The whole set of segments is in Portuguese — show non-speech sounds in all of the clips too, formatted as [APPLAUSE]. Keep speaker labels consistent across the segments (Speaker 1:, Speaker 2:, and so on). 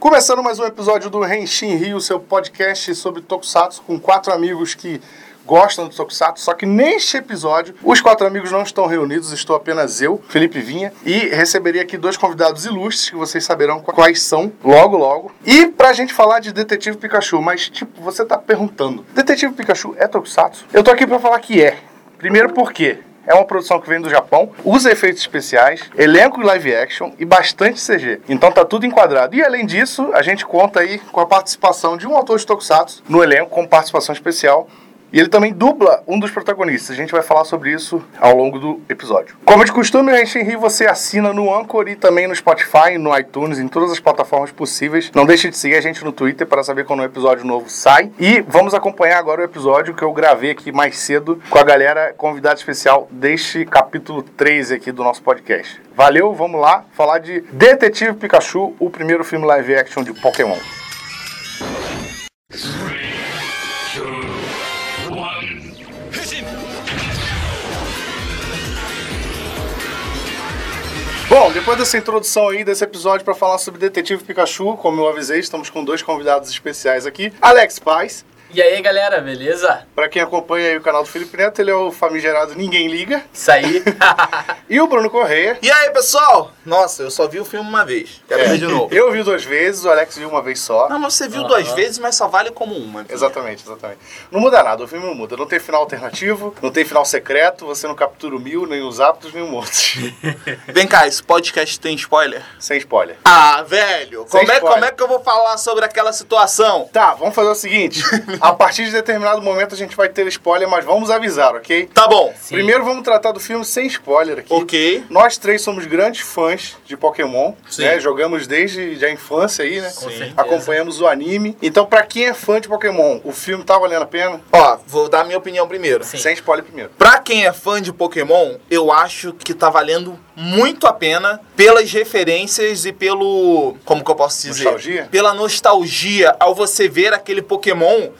Speaker 1: Começando mais um episódio do Renshin Rio, seu podcast sobre Tokusatsu com quatro amigos que gostam do Tokusatsu, só que neste episódio os quatro amigos não estão reunidos, estou apenas eu, Felipe Vinha, e receberei aqui dois convidados ilustres que vocês saberão quais são logo logo. E pra gente falar de Detetive Pikachu, mas tipo, você tá perguntando, Detetive Pikachu é Tokusatsu? Eu tô aqui pra falar que é. Primeiro por quê? É uma produção que vem do Japão, usa efeitos especiais, elenco live action e bastante CG. Então tá tudo enquadrado. E além disso, a gente conta aí com a participação de um autor de Tokusatsu no elenco com participação especial. E ele também dubla um dos protagonistas. A gente vai falar sobre isso ao longo do episódio. Como de costume, a gente Rio você assina no Anchor e também no Spotify, no iTunes, em todas as plataformas possíveis. Não deixe de seguir a gente no Twitter para saber quando um episódio novo sai. E vamos acompanhar agora o episódio que eu gravei aqui mais cedo com a galera convidada especial deste capítulo 13 aqui do nosso podcast. Valeu, vamos lá falar de Detetive Pikachu, o primeiro filme live action de Pokémon. Bom, depois dessa introdução aí desse episódio para falar sobre Detetive Pikachu, como eu avisei, estamos com dois convidados especiais aqui. Alex Paz,
Speaker 2: E aí, galera, beleza?
Speaker 1: para quem acompanha aí o canal do Felipe Neto, ele é o famigerado Ninguém Liga. [LAUGHS]
Speaker 2: Isso aí.
Speaker 1: E o Bruno Correia.
Speaker 3: E aí, pessoal? Nossa, eu só vi o filme uma vez.
Speaker 1: É.
Speaker 3: Quero ver de novo.
Speaker 1: Eu vi duas vezes, o Alex viu uma vez só.
Speaker 3: Não, mas você
Speaker 2: Ah.
Speaker 3: viu duas vezes, mas só vale como uma.
Speaker 1: Exatamente, exatamente. Não muda nada, o filme não muda. Não tem final alternativo, não tem final secreto, você não captura o mil, nem os aptos, nem um o mortos.
Speaker 3: [LAUGHS] Vem cá, esse podcast tem spoiler?
Speaker 1: Sem spoiler.
Speaker 3: Ah, velho,
Speaker 1: Sem
Speaker 3: como é,
Speaker 1: spoiler.
Speaker 3: como é que eu vou falar sobre aquela situação?
Speaker 1: Tá, vamos fazer o seguinte. A partir de determinado momento a gente vai ter spoiler, mas vamos avisar, ok?
Speaker 3: Tá bom.
Speaker 2: Sim.
Speaker 1: Primeiro vamos tratar do filme sem spoiler aqui.
Speaker 3: Ok.
Speaker 1: Nós três somos grandes fãs de Pokémon,
Speaker 3: Sim.
Speaker 1: né? Jogamos desde a infância aí, né?
Speaker 2: Com certeza.
Speaker 1: Acompanhamos o anime. Então, pra quem é fã de Pokémon, o filme tá valendo a pena?
Speaker 3: Ó, vou dar a minha opinião primeiro.
Speaker 2: Sim.
Speaker 1: Sem spoiler primeiro.
Speaker 3: Pra quem é fã de Pokémon, eu acho que tá valendo muito a pena pelas referências e pelo. Como que eu posso dizer?
Speaker 1: Nostalgia?
Speaker 3: Pela nostalgia ao você ver aquele Pokémon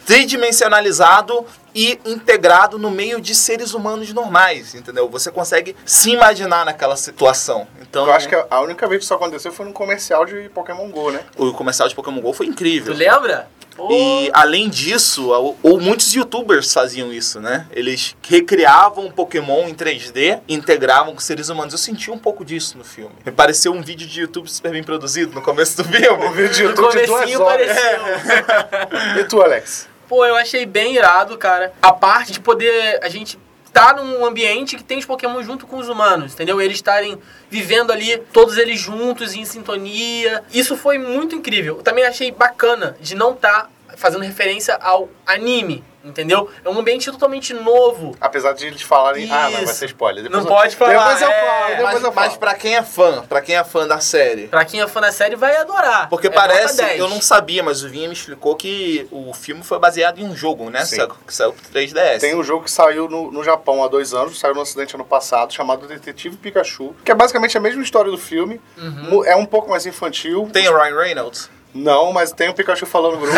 Speaker 3: tridimensionalizado e integrado no meio de seres humanos normais, entendeu? Você consegue se imaginar naquela situação. Então,
Speaker 1: Eu acho que a única vez que isso aconteceu foi num comercial de Pokémon GO, né?
Speaker 3: o comercial de Pokémon GO foi
Speaker 2: tu
Speaker 3: incrível.
Speaker 2: lembra?
Speaker 3: E além disso, ou- ou muitos youtubers faziam isso, né? Eles recriavam o Pokémon em 3D, integravam com seres humanos. Eu senti um pouco disso no filme. Me pareceu um vídeo de YouTube super bem produzido no começo do [LAUGHS]
Speaker 1: O
Speaker 3: filme.
Speaker 1: Um vídeo de
Speaker 2: No
Speaker 1: YouTube de duas
Speaker 2: comecinho
Speaker 1: horas. [LAUGHS]
Speaker 2: pareceu.
Speaker 1: E tu, Alex?
Speaker 2: Pô, eu achei bem irado, cara. A parte de poder a gente tá num ambiente que tem os Pokémon junto com os humanos, entendeu? Eles estarem vivendo ali, todos eles juntos, em sintonia. Isso foi muito incrível. Eu também achei bacana de não estar fazendo referência ao anime, entendeu? É um ambiente totalmente novo.
Speaker 1: Apesar de eles falarem... Ah, não, vai
Speaker 2: Isso.
Speaker 1: ser spoiler. Depois
Speaker 2: Não
Speaker 1: eu-
Speaker 2: pode falar,
Speaker 1: Depois eu
Speaker 2: é,
Speaker 1: falo, depois
Speaker 3: Mas,
Speaker 1: eu falo.
Speaker 3: mas pra quem é fã, pra quem é fã da série.
Speaker 2: Pra quem é fã da série vai adorar.
Speaker 3: Porque
Speaker 2: É nota
Speaker 3: parece,
Speaker 2: 10.
Speaker 3: eu não sabia, mas o Vinha me explicou que o filme foi baseado em um jogo, né?
Speaker 1: Sim.
Speaker 3: Sa- Que saiu pro 3DS.
Speaker 1: Tem um jogo que saiu no, no Japão há dois anos, saiu no Ocidente ano passado, chamado Detetive Pikachu, que é basicamente a mesma história do filme, mu- é um pouco mais infantil.
Speaker 3: Tem o Ryan Reynolds?
Speaker 1: Não, mas tem o Pikachu falando grosso.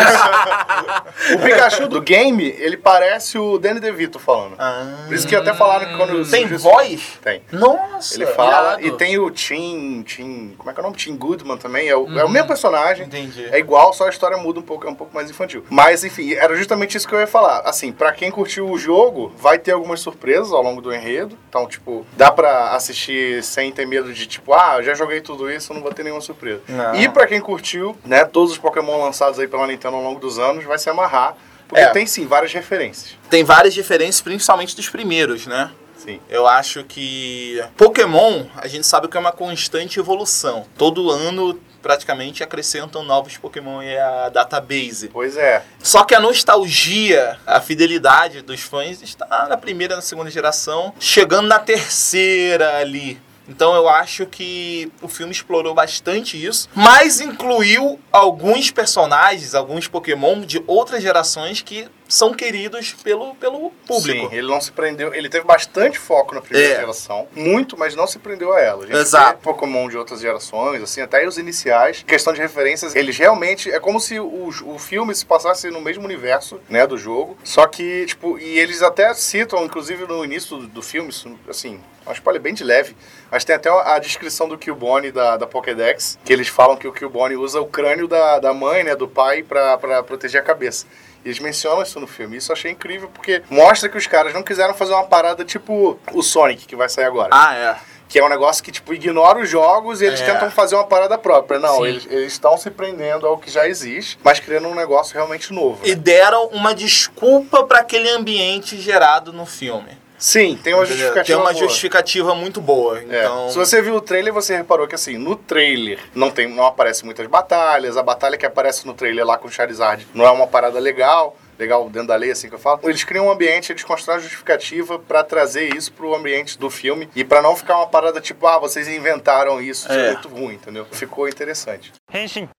Speaker 1: o Pikachu do game, ele parece o Danny DeVito falando.
Speaker 3: Ah.
Speaker 1: Por isso que até falaram que quando...
Speaker 3: Tem
Speaker 1: surgiu-
Speaker 3: voz?
Speaker 1: Tem.
Speaker 3: Nossa!
Speaker 1: Ele fala.
Speaker 2: irado.
Speaker 1: E tem o Tim, Tim... Como é que é o nome? Tim Goodman também. É o, é o mesmo personagem.
Speaker 3: Uhum. Entendi.
Speaker 1: É igual, só a história muda um pouco, é um pouco mais infantil. Mas, enfim, era justamente isso que eu ia falar. Assim, pra quem curtiu o jogo, vai ter algumas surpresas ao longo do enredo. Então, tipo, dá pra assistir sem ter medo de, tipo, ah, eu já joguei tudo isso, não vou ter nenhuma surpresa.
Speaker 3: Não.
Speaker 1: E pra quem curtiu, né, todos os Pokémon lançados aí pela Nintendo ao longo dos anos, vai se amarrar. Porque
Speaker 3: É.
Speaker 1: tem, sim, várias referências.
Speaker 3: Tem várias diferenças, principalmente dos primeiros, né?
Speaker 1: Sim.
Speaker 3: Eu acho que Pokémon, a gente sabe que é uma constante evolução. Todo ano praticamente acrescentam novos Pokémon e a database.
Speaker 1: Pois é.
Speaker 3: Só que a nostalgia, a fidelidade dos fãs está na primeira, na segunda geração, chegando na terceira ali. Então eu acho que o filme explorou bastante isso, mas incluiu alguns personagens, alguns Pokémon de outras gerações que são queridos pelo, pelo público.
Speaker 1: Sim, ele não se prendeu. Ele teve bastante foco na primeira
Speaker 3: É.
Speaker 1: geração. Muito, mas não se prendeu a ela. A gente
Speaker 3: Exato.
Speaker 1: vê Pokémon de outras gerações, assim, até os iniciais. Questão de referências, eles realmente. É como se o, o filme se passasse no mesmo universo, né, do jogo. Só que, tipo, e eles até citam, inclusive no início do, do filme, isso, assim. Um spoiler bem de leve, mas tem até a descrição do Killbone da, da Pokédex, que eles falam que o Killbone usa o crânio da, da mãe, né, do pai, pra, pra proteger a cabeça. Eles mencionam isso no filme. Isso eu achei incrível, porque mostra que os caras não quiseram fazer uma parada tipo o Sonic, que vai sair agora.
Speaker 3: Ah, é.
Speaker 1: Que é um negócio que, tipo, ignora os jogos e eles
Speaker 3: É.
Speaker 1: tentam fazer uma parada própria. Não,
Speaker 2: Sim.
Speaker 1: eles eles estão se prendendo ao que já existe, mas criando um negócio realmente novo. né?
Speaker 3: E deram uma desculpa para aquele ambiente gerado no filme.
Speaker 1: Sim, tem uma justificativa.
Speaker 3: Tem uma
Speaker 1: boa.
Speaker 3: justificativa muito boa.
Speaker 1: É.
Speaker 3: Então,
Speaker 1: Se você viu o trailer, você reparou que assim, no trailer não tem, não aparece muitas batalhas, a batalha que aparece no trailer lá com o Charizard não é uma parada legal, legal dentro da lei assim que eu falo. Eles criam um ambiente, eles constroem a justificativa pra trazer isso pro ambiente do filme e pra não ficar uma parada tipo, ah, vocês inventaram isso, isso é,
Speaker 3: É.
Speaker 1: muito ruim, entendeu? Ficou interessante.
Speaker 4: 変身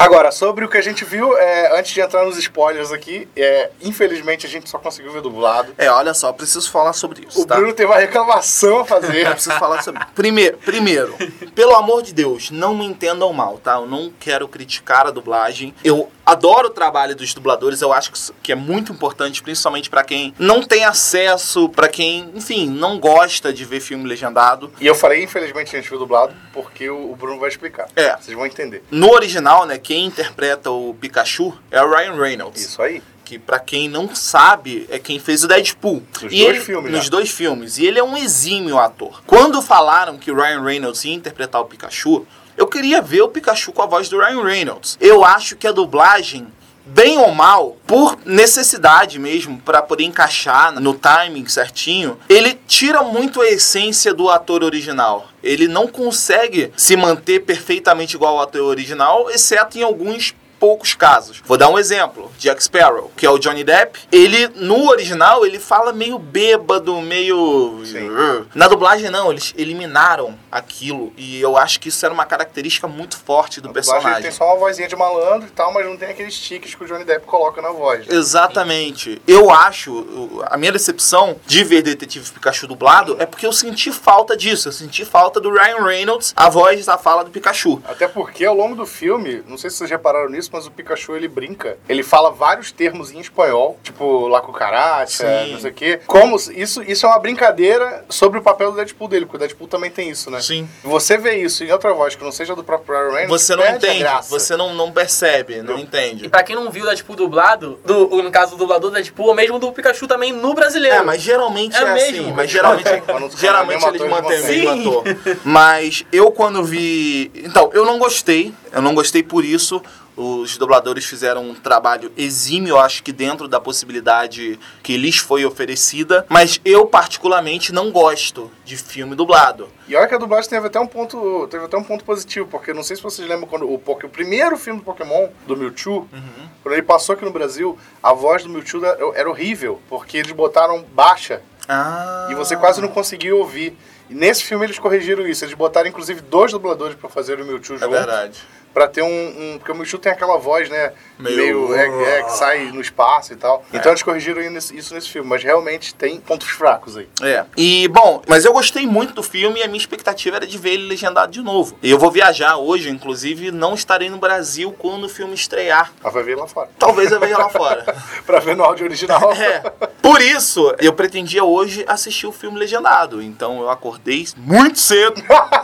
Speaker 1: Agora, sobre o que a gente viu, é, antes de entrar nos spoilers aqui, é, infelizmente a gente só conseguiu ver dublado.
Speaker 3: É, olha só, preciso falar sobre isso,
Speaker 1: O
Speaker 3: tá?
Speaker 1: Bruno tem uma reclamação a
Speaker 3: [LAUGHS] Eu
Speaker 1: fazer.
Speaker 3: preciso falar sobre. Primeiro, primeiro, pelo amor de Deus, não me entendam mal, tá? Eu não quero criticar a dublagem. Eu adoro o trabalho dos dubladores, eu acho que isso- que é muito importante, principalmente pra quem não tem acesso, pra quem, enfim, não gosta de ver filme legendado.
Speaker 1: E eu falei, infelizmente, a gente viu dublado, porque o o Bruno vai explicar.
Speaker 3: É.
Speaker 1: Vocês vão entender.
Speaker 3: No original, né, quem interpreta o Pikachu é o Ryan Reynolds.
Speaker 1: Isso aí.
Speaker 3: que pra quem não sabe é quem fez o Deadpool.
Speaker 1: Nos
Speaker 3: E
Speaker 1: dois
Speaker 3: ele-
Speaker 1: filmes,
Speaker 3: Nos
Speaker 1: né?
Speaker 3: dois filmes. E ele é um exímio ator. Quando falaram que o Ryan Reynolds ia interpretar o Pikachu, eu queria ver o Pikachu com a voz do Ryan Reynolds. Eu acho que a dublagem bem ou mal, por necessidade mesmo, pra poder encaixar no timing certinho, ele tira muito a essência do ator original. Ele não consegue se manter perfeitamente igual ao ator original, exceto em alguns poucos casos. Vou dar um exemplo. Jack Sparrow, que é o Johnny Depp, ele no original ele fala meio bêbado, meio uh,
Speaker 1: Sim.
Speaker 3: na dublagem não, eles eliminaram aquilo e eu acho que isso era uma característica muito forte do
Speaker 1: O personagem
Speaker 3: personagem.
Speaker 1: tem só uma vozinha de malandro e tal, mas não tem aqueles tiques que o Johnny Depp coloca na voz. né?
Speaker 3: Exatamente. Eu acho, o- a minha decepção de ver Detetive Pikachu dublado é porque eu senti falta disso. Eu senti falta do Ryan Reynolds, a voz da fala do Pikachu.
Speaker 1: Até porque ao longo do filme, não sei se vocês repararam nisso, mas o Pikachu ele brinca. Ele fala vários termos em espanhol, tipo lacocaracha,
Speaker 3: Sim.
Speaker 1: não sei o quê. Como se- isso, isso é uma brincadeira sobre o papel do Deadpool dele, porque o Deadpool também tem isso, né?
Speaker 3: Sim.
Speaker 1: Você vê isso em outra voz que não seja do próprio Ryan Reynolds,
Speaker 3: Você não
Speaker 1: perde a
Speaker 3: entende,
Speaker 1: graça.
Speaker 3: você não, não percebe, não entende.
Speaker 2: E pra quem não viu o Deadpool dublado, do, o- no caso do dublador do Deadpool, ou mesmo do Pikachu também no brasileiro.
Speaker 3: É, mas geralmente é,
Speaker 2: É mesmo.
Speaker 3: assim. Mas geralmente,
Speaker 1: Pra não ficar
Speaker 3: geralmente
Speaker 1: na mesma
Speaker 3: eles
Speaker 1: ator de
Speaker 3: mantêm o
Speaker 1: vocês.
Speaker 3: mesmo ator. [LAUGHS] Mas eu quando vi... Então, eu não gostei. Eu não gostei por isso. Os dubladores fizeram um trabalho exímio, eu acho que dentro da possibilidade que lhes foi oferecida. Mas eu, particularmente, não gosto de filme dublado.
Speaker 1: E olha que a dublagem teve até um ponto, teve até um ponto positivo, porque não sei se vocês lembram quando o, Poké- o primeiro filme do Pokémon, do Mewtwo,
Speaker 3: Uhum.
Speaker 1: quando ele passou aqui no Brasil, a voz do Mewtwo era, era horrível, porque eles botaram baixa
Speaker 3: Ah...
Speaker 1: e você quase não conseguia ouvir. E nesse filme eles corrigiram isso, eles botaram inclusive dois dubladores pra fazer o Mewtwo
Speaker 3: É
Speaker 1: junto,
Speaker 3: verdade.
Speaker 1: pra ter um, um- porque o Mewtwo tem aquela voz, né,
Speaker 3: Meio- uh. É.
Speaker 1: meio, é, é, que sai no espaço e tal. Então eles corrigiram isso nesse filme, mas realmente tem pontos fracos aí.
Speaker 3: É. E, bom, mas eu gostei muito do filme e a minha expectativa era de ver ele legendado de novo. E eu vou viajar hoje, inclusive, não estarei no Brasil quando o filme estrear.
Speaker 1: Mas vai ver lá fora. [LAUGHS]
Speaker 3: Talvez eu veja lá fora.
Speaker 1: pra ver no áudio original.
Speaker 3: [LAUGHS] É. Por isso, eu pretendia hoje assistir o filme legendado. Então eu acordei muito cedo,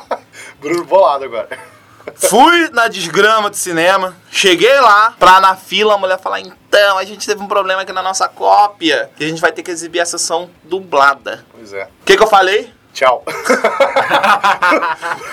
Speaker 1: [LAUGHS] Bruno bolado agora.
Speaker 3: fui na desgrama do cinema, cheguei lá, pra na fila a mulher falar: então, a gente teve um problema aqui na nossa cópia. E a gente vai ter que exibir a sessão dublada.
Speaker 1: Pois é.
Speaker 3: O que, que eu falei?
Speaker 1: Tchau. [LAUGHS]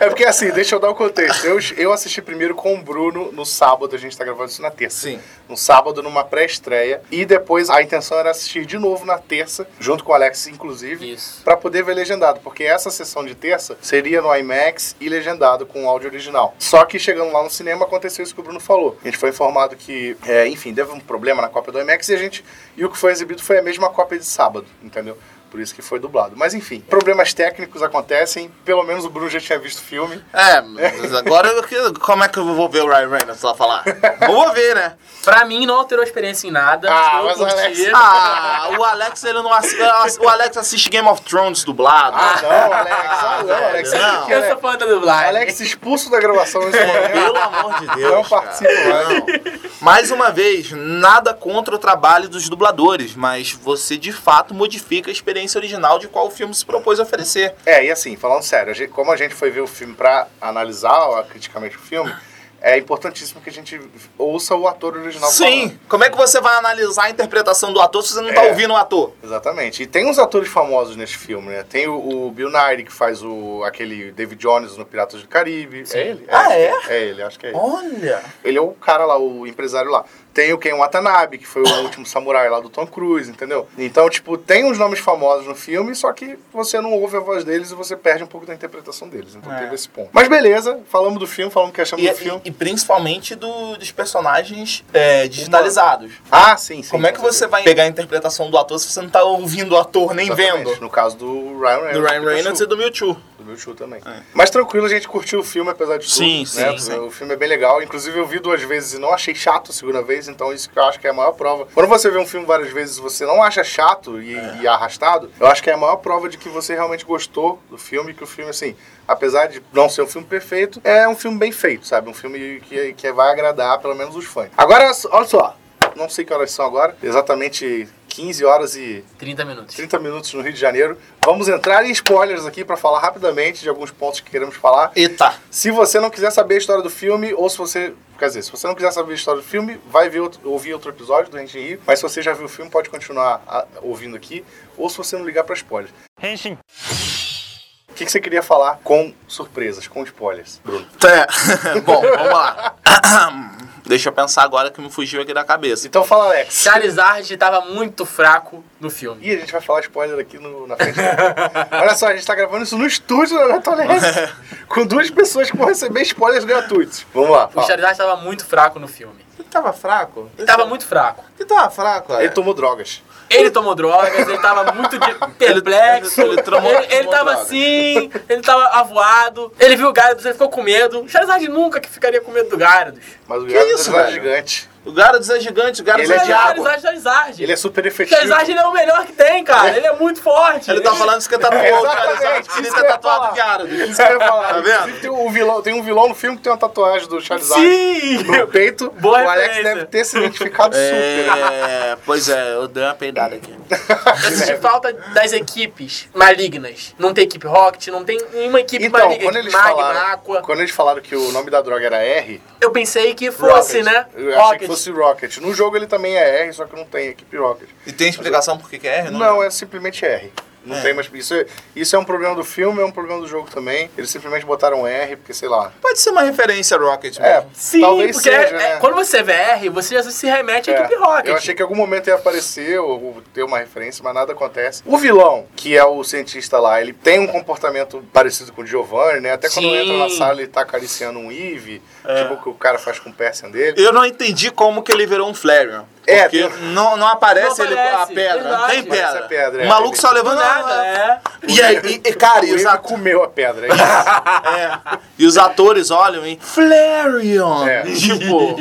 Speaker 1: é porque assim, deixa eu dar o contexto. Eu, eu assisti primeiro com o Bruno no sábado, a gente tá gravando isso na terça.
Speaker 3: Sim.
Speaker 1: No sábado, numa pré-estreia. E depois a intenção era assistir de novo na terça, junto com o Alex, inclusive.
Speaker 2: Isso.
Speaker 1: Pra poder ver legendado, porque essa sessão de terça seria no IMAX e legendado com o áudio original. Só que chegando lá no cinema aconteceu isso que o Bruno falou. A gente foi informado que, é, enfim, teve um problema na cópia do IMAX e a gente e o que foi exibido foi a mesma cópia de sábado, entendeu? Por isso que foi dublado. Mas enfim, problemas técnicos acontecem. Pelo menos o Bruno já tinha visto o filme.
Speaker 3: É, mas agora eu que- como é que eu vou ver o Ryan Reynolds lá falar? Vou ver, né?
Speaker 2: Pra mim, não alterou a experiência em nada.
Speaker 1: Ah,
Speaker 2: eu
Speaker 1: mas
Speaker 2: curti. [LAUGHS]
Speaker 1: Alex-
Speaker 3: Ah, o Alex, ele não assi- O Alex assiste Game of Thrones dublado.
Speaker 1: Ah, não, Alex. Ah, não, Alex.
Speaker 3: Não.
Speaker 1: sabe o que é,
Speaker 2: eu
Speaker 1: né?
Speaker 2: sou fã da dublagem.
Speaker 1: Alex expulso da gravação nesse
Speaker 3: Pelo
Speaker 1: momento.
Speaker 3: amor de Deus.
Speaker 1: Não
Speaker 3: cara.
Speaker 1: participo mais.
Speaker 3: Não. Mais uma vez, nada contra o trabalho dos dubladores, mas você de fato modifica a experiência original de qual o filme se propôs a oferecer.
Speaker 1: É, e assim, falando sério, a gente- como a gente foi ver o filme pra analisar ó, criticamente o filme, é importantíssimo que a gente ouça o ator original
Speaker 3: Sim.
Speaker 1: falando.
Speaker 3: Como é que você vai analisar a interpretação do ator se você não tá
Speaker 1: É.
Speaker 3: ouvindo o ator?
Speaker 1: Exatamente. E tem uns atores famosos neste filme, né? Tem o, o Bill Nighy, que faz o, aquele David Jones no Piratas do Caribe. É ele?
Speaker 3: Ah, é?
Speaker 1: É ele, acho que é ele.
Speaker 3: Olha.
Speaker 1: Ele é o cara lá, o empresário lá. Tem o Ken Watanabe, que [LAUGHS] foi o último samurai lá do Tom Cruise, entendeu? Então, tipo, tem uns nomes famosos no filme, só que você não ouve a voz deles e você perde um pouco da interpretação deles. Então
Speaker 3: É.
Speaker 1: teve esse ponto. Mas beleza, falamos do filme, falamos o que achamos
Speaker 3: E,
Speaker 1: do filme.
Speaker 3: e- e principalmente do- dos personagens é, digitalizados.
Speaker 1: Ah, sim, sim.
Speaker 3: Como é que
Speaker 1: com
Speaker 3: você
Speaker 1: certeza.
Speaker 3: vai pegar a interpretação do ator se você não tá ouvindo o ator nem
Speaker 1: Exatamente.
Speaker 3: vendo?
Speaker 1: No caso do Ryan Reynolds.
Speaker 3: Do Ryan Reynolds e do Mewtwo.
Speaker 1: Do meu show também.
Speaker 3: É.
Speaker 1: Mas tranquilo, a gente curtiu o filme, apesar de tudo.
Speaker 3: Sim,
Speaker 1: né?
Speaker 3: sim, sim.
Speaker 1: O filme é bem legal. Inclusive, eu vi duas vezes e não achei chato a segunda vez, então isso que eu acho que é a maior prova. Quando você vê um filme várias vezes e você não acha chato e,
Speaker 3: É.
Speaker 1: e arrastado, eu acho que é a maior prova de que você realmente gostou do filme, que o filme, assim, apesar de não ser um filme perfeito, é um filme bem feito, sabe? Um filme que, que vai agradar, pelo menos, os fãs. Agora, olha só. Não sei que horas são agora, exatamente 15 horas e
Speaker 2: 30 minutos.
Speaker 1: 30 minutos no Rio de Janeiro. Vamos entrar em spoilers aqui para falar rapidamente de alguns pontos que queremos falar.
Speaker 3: Eita.
Speaker 1: Se você não quiser saber a história do filme, ou se você. Quer dizer, se você não quiser saber a história do filme, vai ver outro- ouvir outro episódio do Rente Rio. Mas se você já viu o filme, pode continuar a- ouvindo aqui. Ou se você não ligar para spoilers. O que, que você queria falar com surpresas, com spoilers, Bruno?
Speaker 3: É. Bom, vamos lá. Deixa eu pensar agora que me fugiu aqui da cabeça.
Speaker 1: [LAUGHS] Então fala, Alex.
Speaker 2: Charizard tava muito fraco no filme.
Speaker 1: E a gente vai falar spoiler aqui no- na frente. [LAUGHS] Olha só, a gente tá gravando isso no estúdio da Natolese, com duas pessoas que vão receber spoilers gratuitos. Vamos lá.
Speaker 2: O
Speaker 1: fala.
Speaker 2: Charizard tava muito fraco no filme.
Speaker 3: Ele tava fraco?
Speaker 2: Ele tava muito fraco.
Speaker 3: Ele tava fraco,
Speaker 1: Ele é. tomou drogas.
Speaker 2: Ele tomou drogas, ele tava
Speaker 1: [LAUGHS]
Speaker 2: muito de- perplexo.
Speaker 3: Ele- ele tomou-
Speaker 2: ele, ele
Speaker 3: tomou
Speaker 2: tava
Speaker 3: drogas.
Speaker 2: assim, ele tava avoado. Ele viu o Gyarados, ele ficou com medo. O Charizard nunca que ficaria com medo do Gyarados.
Speaker 1: Mas o
Speaker 3: Que
Speaker 1: Gyarados
Speaker 3: isso,
Speaker 1: era
Speaker 3: velho?
Speaker 1: gigante.
Speaker 3: O Garotos é gigante, o Garotos
Speaker 1: Ele é
Speaker 3: é,
Speaker 1: de
Speaker 3: de
Speaker 1: água.
Speaker 3: água.
Speaker 2: Charizard, Charizard.
Speaker 1: Ele é super efetivo.
Speaker 2: Charizard ele é o melhor que tem, cara. Ele é muito forte.
Speaker 3: Ele tá falando isso que é tatuado,
Speaker 1: Exatamente,
Speaker 3: Charizard.
Speaker 1: isso que
Speaker 3: Ele
Speaker 1: eu
Speaker 3: tá
Speaker 1: ia
Speaker 3: tatuado,
Speaker 1: falar.
Speaker 3: Garotos.
Speaker 1: Isso que eu ia falar.
Speaker 3: Tá
Speaker 1: Inclusive,
Speaker 3: vendo?
Speaker 1: Tem um, vilão, tem um vilão no filme que tem uma tatuagem do Charizard
Speaker 2: Sim!
Speaker 1: no peito.
Speaker 2: Boa
Speaker 1: o Alex
Speaker 2: referência.
Speaker 1: deve ter se
Speaker 3: [LAUGHS]
Speaker 1: identificado super.
Speaker 3: É, pois é, eu dei uma peidada aqui.
Speaker 2: Eu senti falta das equipes malignas. Não tem equipe Rocket, não tem nenhuma equipe
Speaker 1: Então,
Speaker 2: maligna.
Speaker 1: quando
Speaker 2: equipe
Speaker 1: eles,
Speaker 2: Magma,
Speaker 1: falaram,
Speaker 2: Aqua.
Speaker 1: quando eles falaram que o nome da droga era R,
Speaker 2: Eu pensei que fosse,
Speaker 1: Rocket. Eu
Speaker 2: né?
Speaker 1: achei que fosse Rocket. No jogo ele também é R, só que não tem equipe Rocket.
Speaker 3: E tem explicação por que que é R?
Speaker 1: Não, é simplesmente R. Não
Speaker 3: É.
Speaker 1: tem mais. Isso é, isso é um problema do filme, é um problema do jogo também. Eles simplesmente botaram R, porque sei lá.
Speaker 3: Pode ser uma referência a Rocket
Speaker 1: É,
Speaker 3: mesmo.
Speaker 2: Sim,
Speaker 1: talvez
Speaker 2: porque
Speaker 1: seja.
Speaker 2: é-
Speaker 1: né?
Speaker 2: quando você vê R, você já se remete à
Speaker 1: É,
Speaker 2: equipe Rocket.
Speaker 1: Eu achei que em algum momento ia aparecer ou ou ter uma referência, mas nada acontece. O vilão, que é o cientista lá, ele tem um comportamento parecido com o Giovanni, né? Até quando
Speaker 2: Sim. É.
Speaker 1: entra na sala ele tá acariciando um Eve, tipo o que o cara faz com o Persian dele.
Speaker 3: Eu não entendi como que ele virou um Flareon.
Speaker 1: É,
Speaker 3: Porque
Speaker 1: tem-
Speaker 3: não, não aparece
Speaker 2: Não
Speaker 3: ele
Speaker 2: aparece,
Speaker 3: a pedra, não
Speaker 2: verdade.
Speaker 3: tem pedra.
Speaker 1: Aparece a pedra, é,
Speaker 3: o maluco
Speaker 1: ele-
Speaker 3: só levando
Speaker 2: nada, é.
Speaker 3: E aí, e, e, cara, e
Speaker 1: o
Speaker 3: os,
Speaker 1: Eve
Speaker 3: ato-
Speaker 1: comeu a pedra.
Speaker 3: é, e os atores olham e. Flareon!
Speaker 1: É.
Speaker 3: [LAUGHS] Tipo.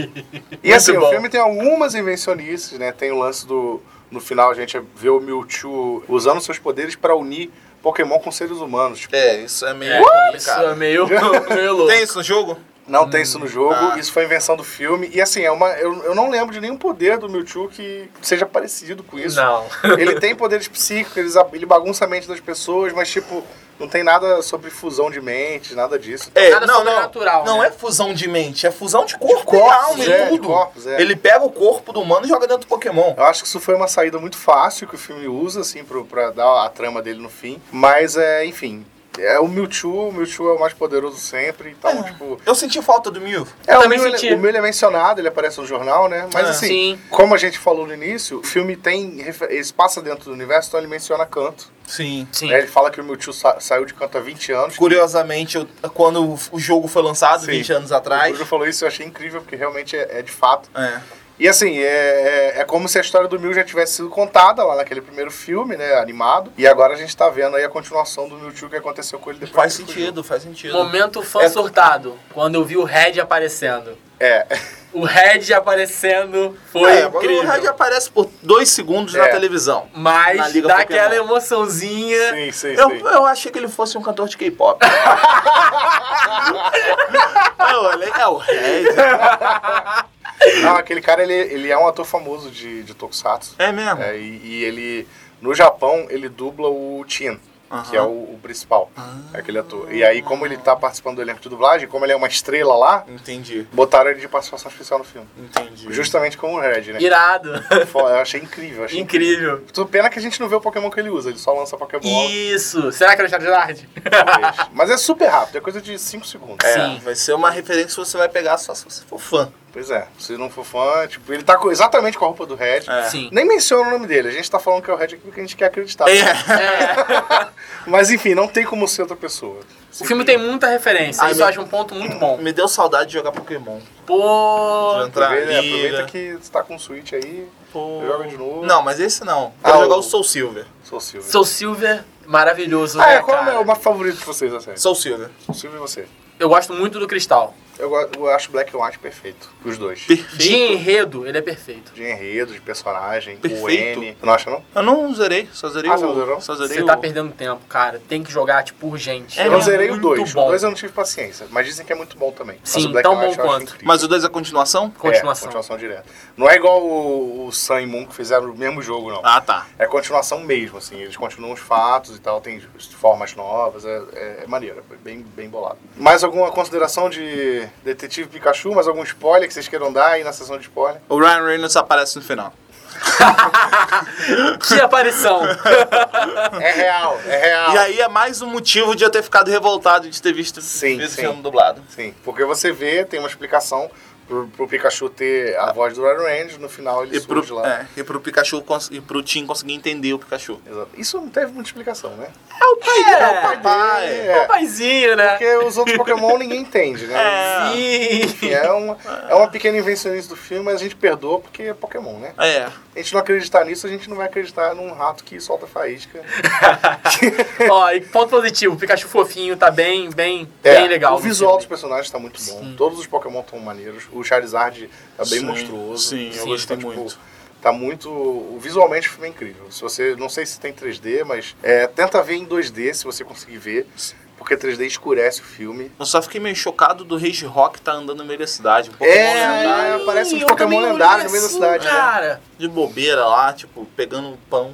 Speaker 1: E assim,
Speaker 3: Muito
Speaker 1: o
Speaker 3: bom.
Speaker 1: filme tem algumas invencionices, né? Tem o lance do. No final a gente vê o Mewtwo usando seus poderes pra unir Pokémon com seres humanos. Tipo,
Speaker 3: É, isso é meio.
Speaker 2: É, isso é
Speaker 3: complicado. [LAUGHS]
Speaker 2: meio, [LAUGHS] meio louco.
Speaker 3: Tem isso no jogo?
Speaker 1: Não tem isso no jogo,
Speaker 3: tá.
Speaker 1: isso foi invenção do filme. E assim, é uma, eu, eu não lembro de nenhum poder do Mewtwo que seja parecido com isso.
Speaker 2: Não.
Speaker 1: Ele tem poderes psíquicos, ele, za- ele bagunça a mente das pessoas, mas tipo, não tem nada sobre fusão de mente, nada disso.
Speaker 3: É,
Speaker 2: Nada
Speaker 3: não, não.
Speaker 2: sobrenatural,
Speaker 3: Não
Speaker 2: né?
Speaker 3: é fusão de mente, é fusão de corpo,
Speaker 1: corpos,
Speaker 3: e alma
Speaker 1: é,
Speaker 3: e
Speaker 1: de
Speaker 3: tudo.
Speaker 1: corpos, é.
Speaker 3: Ele pega o corpo do humano e joga dentro do Pokémon.
Speaker 1: Eu acho que isso foi uma saída muito fácil que o filme usa, assim, pro, pra dar a trama dele no fim. Mas é, enfim. É o Mewtwo, o Mewtwo é o mais poderoso sempre, então, tipo.
Speaker 3: Eu senti falta do Mew.
Speaker 1: É, o
Speaker 2: É. também
Speaker 1: Mew,
Speaker 2: senti. É.
Speaker 1: ele- o Mew ele é mencionado, ele aparece no jornal, né? Mas
Speaker 3: Ah.
Speaker 1: assim,
Speaker 2: Sim.
Speaker 1: como a gente falou no início, o filme tem. refer- Ele se passa dentro do universo, então ele menciona canto.
Speaker 3: Sim.
Speaker 2: Sim.
Speaker 1: né? Ele fala que o Mewtwo sa saiu de canto há 20 anos.
Speaker 3: Curiosamente, eu- quando o- o jogo foi lançado,
Speaker 1: Sim.
Speaker 3: 20 anos
Speaker 1: O
Speaker 3: atrás.
Speaker 1: Bruno falou isso, eu achei incrível, porque realmente é, é de fato.
Speaker 3: É.
Speaker 1: E assim, é, é, é como se a história do Mil já tivesse sido contada lá naquele primeiro filme, né? Animado. E agora a gente tá vendo aí a continuação do Mewtwo que aconteceu com ele depois.
Speaker 3: Faz
Speaker 1: que ele
Speaker 3: sentido, faz sentido.
Speaker 2: Momento fã
Speaker 3: É-
Speaker 2: surtado, quando eu vi o Red aparecendo.
Speaker 1: fugiu. É.
Speaker 2: O Red aparecendo foi
Speaker 3: É,
Speaker 2: incrível.
Speaker 3: o Red aparece por dois segundos na
Speaker 1: É.
Speaker 3: televisão. na
Speaker 2: Mas
Speaker 3: Liga
Speaker 2: dá
Speaker 3: Pokémon.
Speaker 2: aquela emoçãozinha.
Speaker 1: Sim, sim,
Speaker 3: Eu,
Speaker 1: sim.
Speaker 3: eu achei que ele fosse um cantor de [LAUGHS] K-pop. eu olhei, é o Red.
Speaker 1: Não, aquele cara, ele, ele é um ator famoso de, de Tokusatsu.
Speaker 3: É mesmo?
Speaker 1: É, e, e ele, no Japão, ele dubla o Chin, que é o, o principal,
Speaker 3: Ah.
Speaker 1: é aquele ator. E aí, como ele tá participando do elenco de dublagem, como ele é uma estrela lá,
Speaker 3: Entendi,
Speaker 1: botaram ele de participação especial no filme.
Speaker 3: entendi.
Speaker 1: Justamente como o
Speaker 3: é.
Speaker 1: Red, né?
Speaker 3: [LAUGHS]
Speaker 2: Irado.
Speaker 1: Fo- Eu achei incrível, achei
Speaker 2: incrível.
Speaker 1: incrível. Pena que a gente não vê o Pokémon que ele usa, ele só lança Pokébola.
Speaker 2: Isso. Será que era o Charizard?
Speaker 1: talvez. Mas é super rápido, é coisa de 5 segundos.
Speaker 3: É,
Speaker 2: Sim.
Speaker 3: vai ser uma referência que você vai pegar só se você for fã.
Speaker 1: Pois é, se não for fã, tipo, ele tá com- exatamente com a roupa do Red.
Speaker 3: É.
Speaker 2: [LAUGHS] Sim.
Speaker 1: Nem menciona o nome dele, a gente tá falando que é o Red aqui porque a gente quer acreditar.
Speaker 3: É. [LAUGHS]
Speaker 2: É,
Speaker 1: Mas enfim, não tem como ser outra pessoa.
Speaker 2: o filme tem muita referência.
Speaker 3: Ai,
Speaker 2: isso
Speaker 3: meu- Hum.
Speaker 2: eu acho um ponto muito bom.
Speaker 3: Me deu saudade de jogar Pokémon.
Speaker 2: Pô.
Speaker 3: Entra
Speaker 1: Aproveita,
Speaker 3: liga.
Speaker 1: né, aproveita que você tá com o Switch aí,
Speaker 3: Pô.
Speaker 1: joga de novo.
Speaker 3: Não, mas esse não.
Speaker 1: Ah,
Speaker 3: Quero jogar
Speaker 1: o-
Speaker 3: o Soul Silver.
Speaker 1: Sou Silvio.
Speaker 2: Soul Silver, maravilhoso.
Speaker 1: ah,
Speaker 2: né,
Speaker 1: é, qual é o
Speaker 2: cara?
Speaker 1: meu mais favorito de vocês, assim?
Speaker 3: Soul Silver.
Speaker 1: Sou Silvio e você.
Speaker 2: Eu gosto muito do Cristal.
Speaker 1: Eu, go- eu acho Black and White perfeito, os dois.
Speaker 2: De enredo, ele é perfeito.
Speaker 1: De enredo, de personagem, o
Speaker 3: Perfeito.
Speaker 1: N. Não acha não?
Speaker 3: Eu não zerei, só zerei
Speaker 1: Ah,
Speaker 3: o...
Speaker 1: você não zerou?
Speaker 3: Só zerei
Speaker 2: Você
Speaker 3: o...
Speaker 2: tá perdendo tempo, cara. Tem que jogar, tipo, urgente.
Speaker 3: É
Speaker 1: eu
Speaker 2: É
Speaker 1: não
Speaker 3: mesmo?
Speaker 1: zerei o é-
Speaker 2: muito
Speaker 1: 2.
Speaker 2: bom.
Speaker 1: O 2 eu não tive paciência, mas dizem que é muito bom também. mas
Speaker 2: Sim,
Speaker 1: o Black
Speaker 2: tão
Speaker 1: and White
Speaker 2: bom
Speaker 1: eu acho
Speaker 2: quanto.
Speaker 1: incrível.
Speaker 3: Mas o 2 é continuação?
Speaker 1: É,
Speaker 2: Continuação.
Speaker 1: continuação direta. Não é igual o, o Sun e Moon que fizeram o mesmo jogo, não.
Speaker 3: Ah, tá.
Speaker 1: É continuação mesmo, assim. Eles continuam os fatos e tal, tem formas novas, é, é, é maneiro, é bem, bem bolado. Mais alguma consideração de Detetive Pikachu? Mais algum spoiler que vocês queiram dar aí na sessão de spoiler?
Speaker 3: O Ryan Reynolds aparece no final.
Speaker 2: [LAUGHS] Que
Speaker 1: [LAUGHS]
Speaker 2: aparição.
Speaker 1: É real, é real.
Speaker 3: E aí é mais um motivo de eu ter ficado revoltado de ter visto
Speaker 1: Sim,
Speaker 3: esse
Speaker 1: sim.
Speaker 3: filme dublado.
Speaker 1: Sim, porque você vê, tem uma explicação pro, pro Pikachu ter a voz do Ryan Reynolds, no final ele
Speaker 3: E
Speaker 1: surge
Speaker 3: pro,
Speaker 1: lá.
Speaker 3: é, e pro Pikachu cons- e pro Tim conseguir entender o Pikachu.
Speaker 1: Exato. Isso não teve muita explicação, né?
Speaker 3: É o pai
Speaker 2: dele, é o pai
Speaker 3: pai.
Speaker 2: É um paizinho, né?
Speaker 1: Porque os outros Pokémon ninguém entende, né?
Speaker 3: É.
Speaker 2: Sim.
Speaker 1: Enfim, é uma, é uma pequena invencionista do filme, mas a gente perdoa porque é Pokémon, né?
Speaker 3: É.
Speaker 1: A gente não acreditar nisso, a gente não vai acreditar num rato que solta faísca.
Speaker 2: [LAUGHS] Ó, e ponto positivo. o Pikachu fofinho, tá bem, bem,
Speaker 3: É
Speaker 2: bem
Speaker 1: É,
Speaker 2: legal.
Speaker 1: O
Speaker 3: né,
Speaker 2: no
Speaker 1: visual dos
Speaker 2: filme.
Speaker 1: personagens tá muito bom.
Speaker 2: Sim.
Speaker 1: Todos os Pokémon estão maneiros. O Charizard tá bem
Speaker 3: Sim,
Speaker 1: monstruoso.
Speaker 3: sim, eu
Speaker 1: Então,
Speaker 3: gostei
Speaker 1: tipo,
Speaker 3: muito.
Speaker 1: Tá muito. Visualmente o filme é incrível. Se você. Não sei se tem 3D, mas é, tenta ver em 2D se você conseguir ver. Porque 3D escurece o
Speaker 3: [LAUGHS]
Speaker 1: filme.
Speaker 3: Eu só fiquei meio chocado do Rage Rock tá andando no meio da cidade. Um Pokémon
Speaker 1: É,
Speaker 3: lendário,
Speaker 1: é, aparece uns
Speaker 2: Ih, eu
Speaker 1: Pokémon
Speaker 2: também olhei
Speaker 1: lendários no meio da
Speaker 2: assim,
Speaker 1: cidade. né?
Speaker 2: Cara,
Speaker 3: de bobeira lá, tipo, pegando um pão.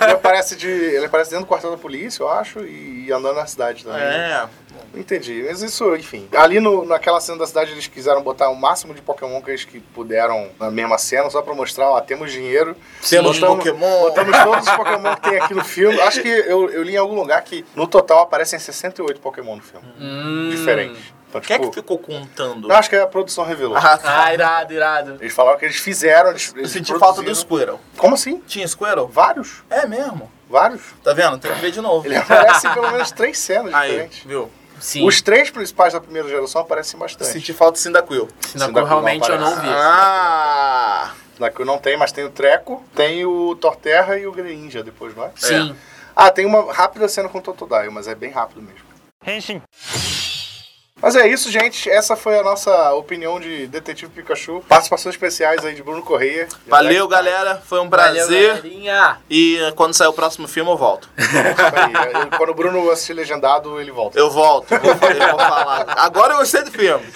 Speaker 1: Ele aparece, de, ele aparece dentro do quartel da polícia, eu acho, e, e andando na cidade também. né?
Speaker 3: É.
Speaker 1: Entendi, mas isso, enfim. Ali no, naquela cena da cidade eles quiseram botar o máximo de Pokémon que eles que puderam na mesma cena, só pra mostrar, ó, temos dinheiro.
Speaker 3: Temos
Speaker 1: botamos-
Speaker 3: Pokémon.
Speaker 1: Botamos todos os Pokémon que tem aqui no filme. Acho que eu, eu li em algum lugar que no total aparecem 68 Pokémon no filme.
Speaker 2: hum.
Speaker 1: Diferente. Então,
Speaker 3: Quem é que
Speaker 1: tipo,
Speaker 3: ficou contando?
Speaker 1: não, acho que a produção revelou.
Speaker 3: Ah, tá.
Speaker 2: Ah, irado, irado.
Speaker 1: Eles falaram que eles fizeram. Eles,
Speaker 3: Eu
Speaker 1: eles
Speaker 3: senti falta do
Speaker 1: produziram.
Speaker 3: Squirrel.
Speaker 1: Como assim?
Speaker 3: Tinha Squirrel?
Speaker 1: Vários?
Speaker 3: É mesmo.
Speaker 1: Vários?
Speaker 3: Tá vendo? Tem que ver de novo.
Speaker 1: Ele aparece em pelo menos três cenas
Speaker 3: Aí,
Speaker 1: diferentes.
Speaker 3: viu?
Speaker 2: Sim.
Speaker 1: Os três principais da primeira geração aparecem bastante.
Speaker 3: Senti falta de Cyndaquil.
Speaker 2: Sinacor
Speaker 1: Sinacor não
Speaker 2: realmente eu não
Speaker 1: aparece.
Speaker 2: vi.
Speaker 3: Ah!
Speaker 1: Na que eu não tem, mas tem o Treco, tem o Torterra e o Greninja depois, não é?
Speaker 2: Sim.
Speaker 1: Ah, tem uma rápida cena com o Totodile, mas é bem rápido mesmo.
Speaker 4: Henshin.
Speaker 1: Mas é isso, gente. Essa foi a nossa opinião de Detetive Pikachu. Participações especiais aí de Bruno Correia.
Speaker 3: Valeu, galera. Foi um prazer.
Speaker 2: Valeu, galerinha.
Speaker 3: e eh, quando sair o próximo filme, eu volto.
Speaker 1: Isso aí. Quando o Bruno assistir legendado, ele volta.
Speaker 3: Eu volto. Eu vou, eu vou falar. Agora eu gostei do [LAUGHS] filme.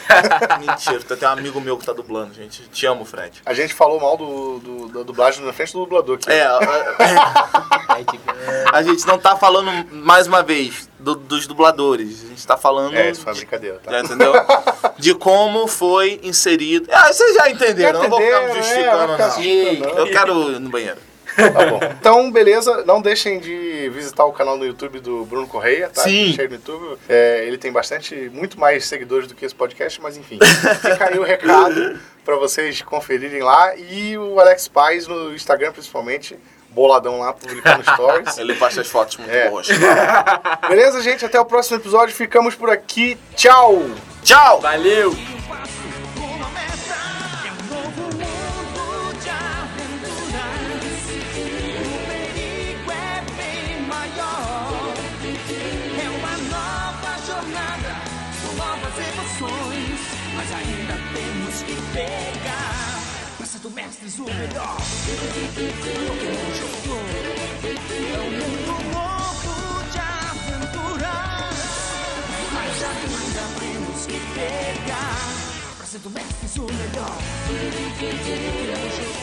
Speaker 3: Mentira, tem um amigo meu que tá dublando, gente. Te amo, Fred.
Speaker 1: A gente falou mal do, do- da dublagem na frente do dublador aqui.
Speaker 3: É, a- a gente não tá falando, mais uma vez, do- dos dubladores. A gente tá falando.
Speaker 1: É, isso foi uma
Speaker 3: de,
Speaker 1: brincadeira, tá?
Speaker 3: já entendeu? De como foi inserido. Ah, vocês já entenderam, não vou ficar me
Speaker 1: Entenderam, né?
Speaker 3: justificando,
Speaker 1: Vai ficar
Speaker 3: não.
Speaker 1: justificando, não.
Speaker 3: Eu quero ir no banheiro.
Speaker 1: Tá bom. Então, beleza. Não deixem de visitar o canal no YouTube do Bruno Correia, tá?
Speaker 3: Sim.
Speaker 1: Cheio no YouTube. É, ele tem bastante, muito mais seguidores do que esse podcast, mas [LAUGHS] enfim. Fica aí o recado pra vocês conferirem lá. E o Alex Paz no Instagram, principalmente. Boladão lá, publicando [LAUGHS] stories.
Speaker 3: Ele posta as fotos muito
Speaker 1: Ah, É.
Speaker 3: boas.
Speaker 1: Beleza, gente? Até o próximo episódio. Ficamos por aqui. Tchau!
Speaker 3: Tchau!
Speaker 5: Eu
Speaker 2: Valeu.
Speaker 5: faço uma meta
Speaker 4: pegar. Passa do mestre o melhor. É um mundo louco de aventura. Mas ainda temos que pegar. Pra ser do mestre o melhor. É um jogo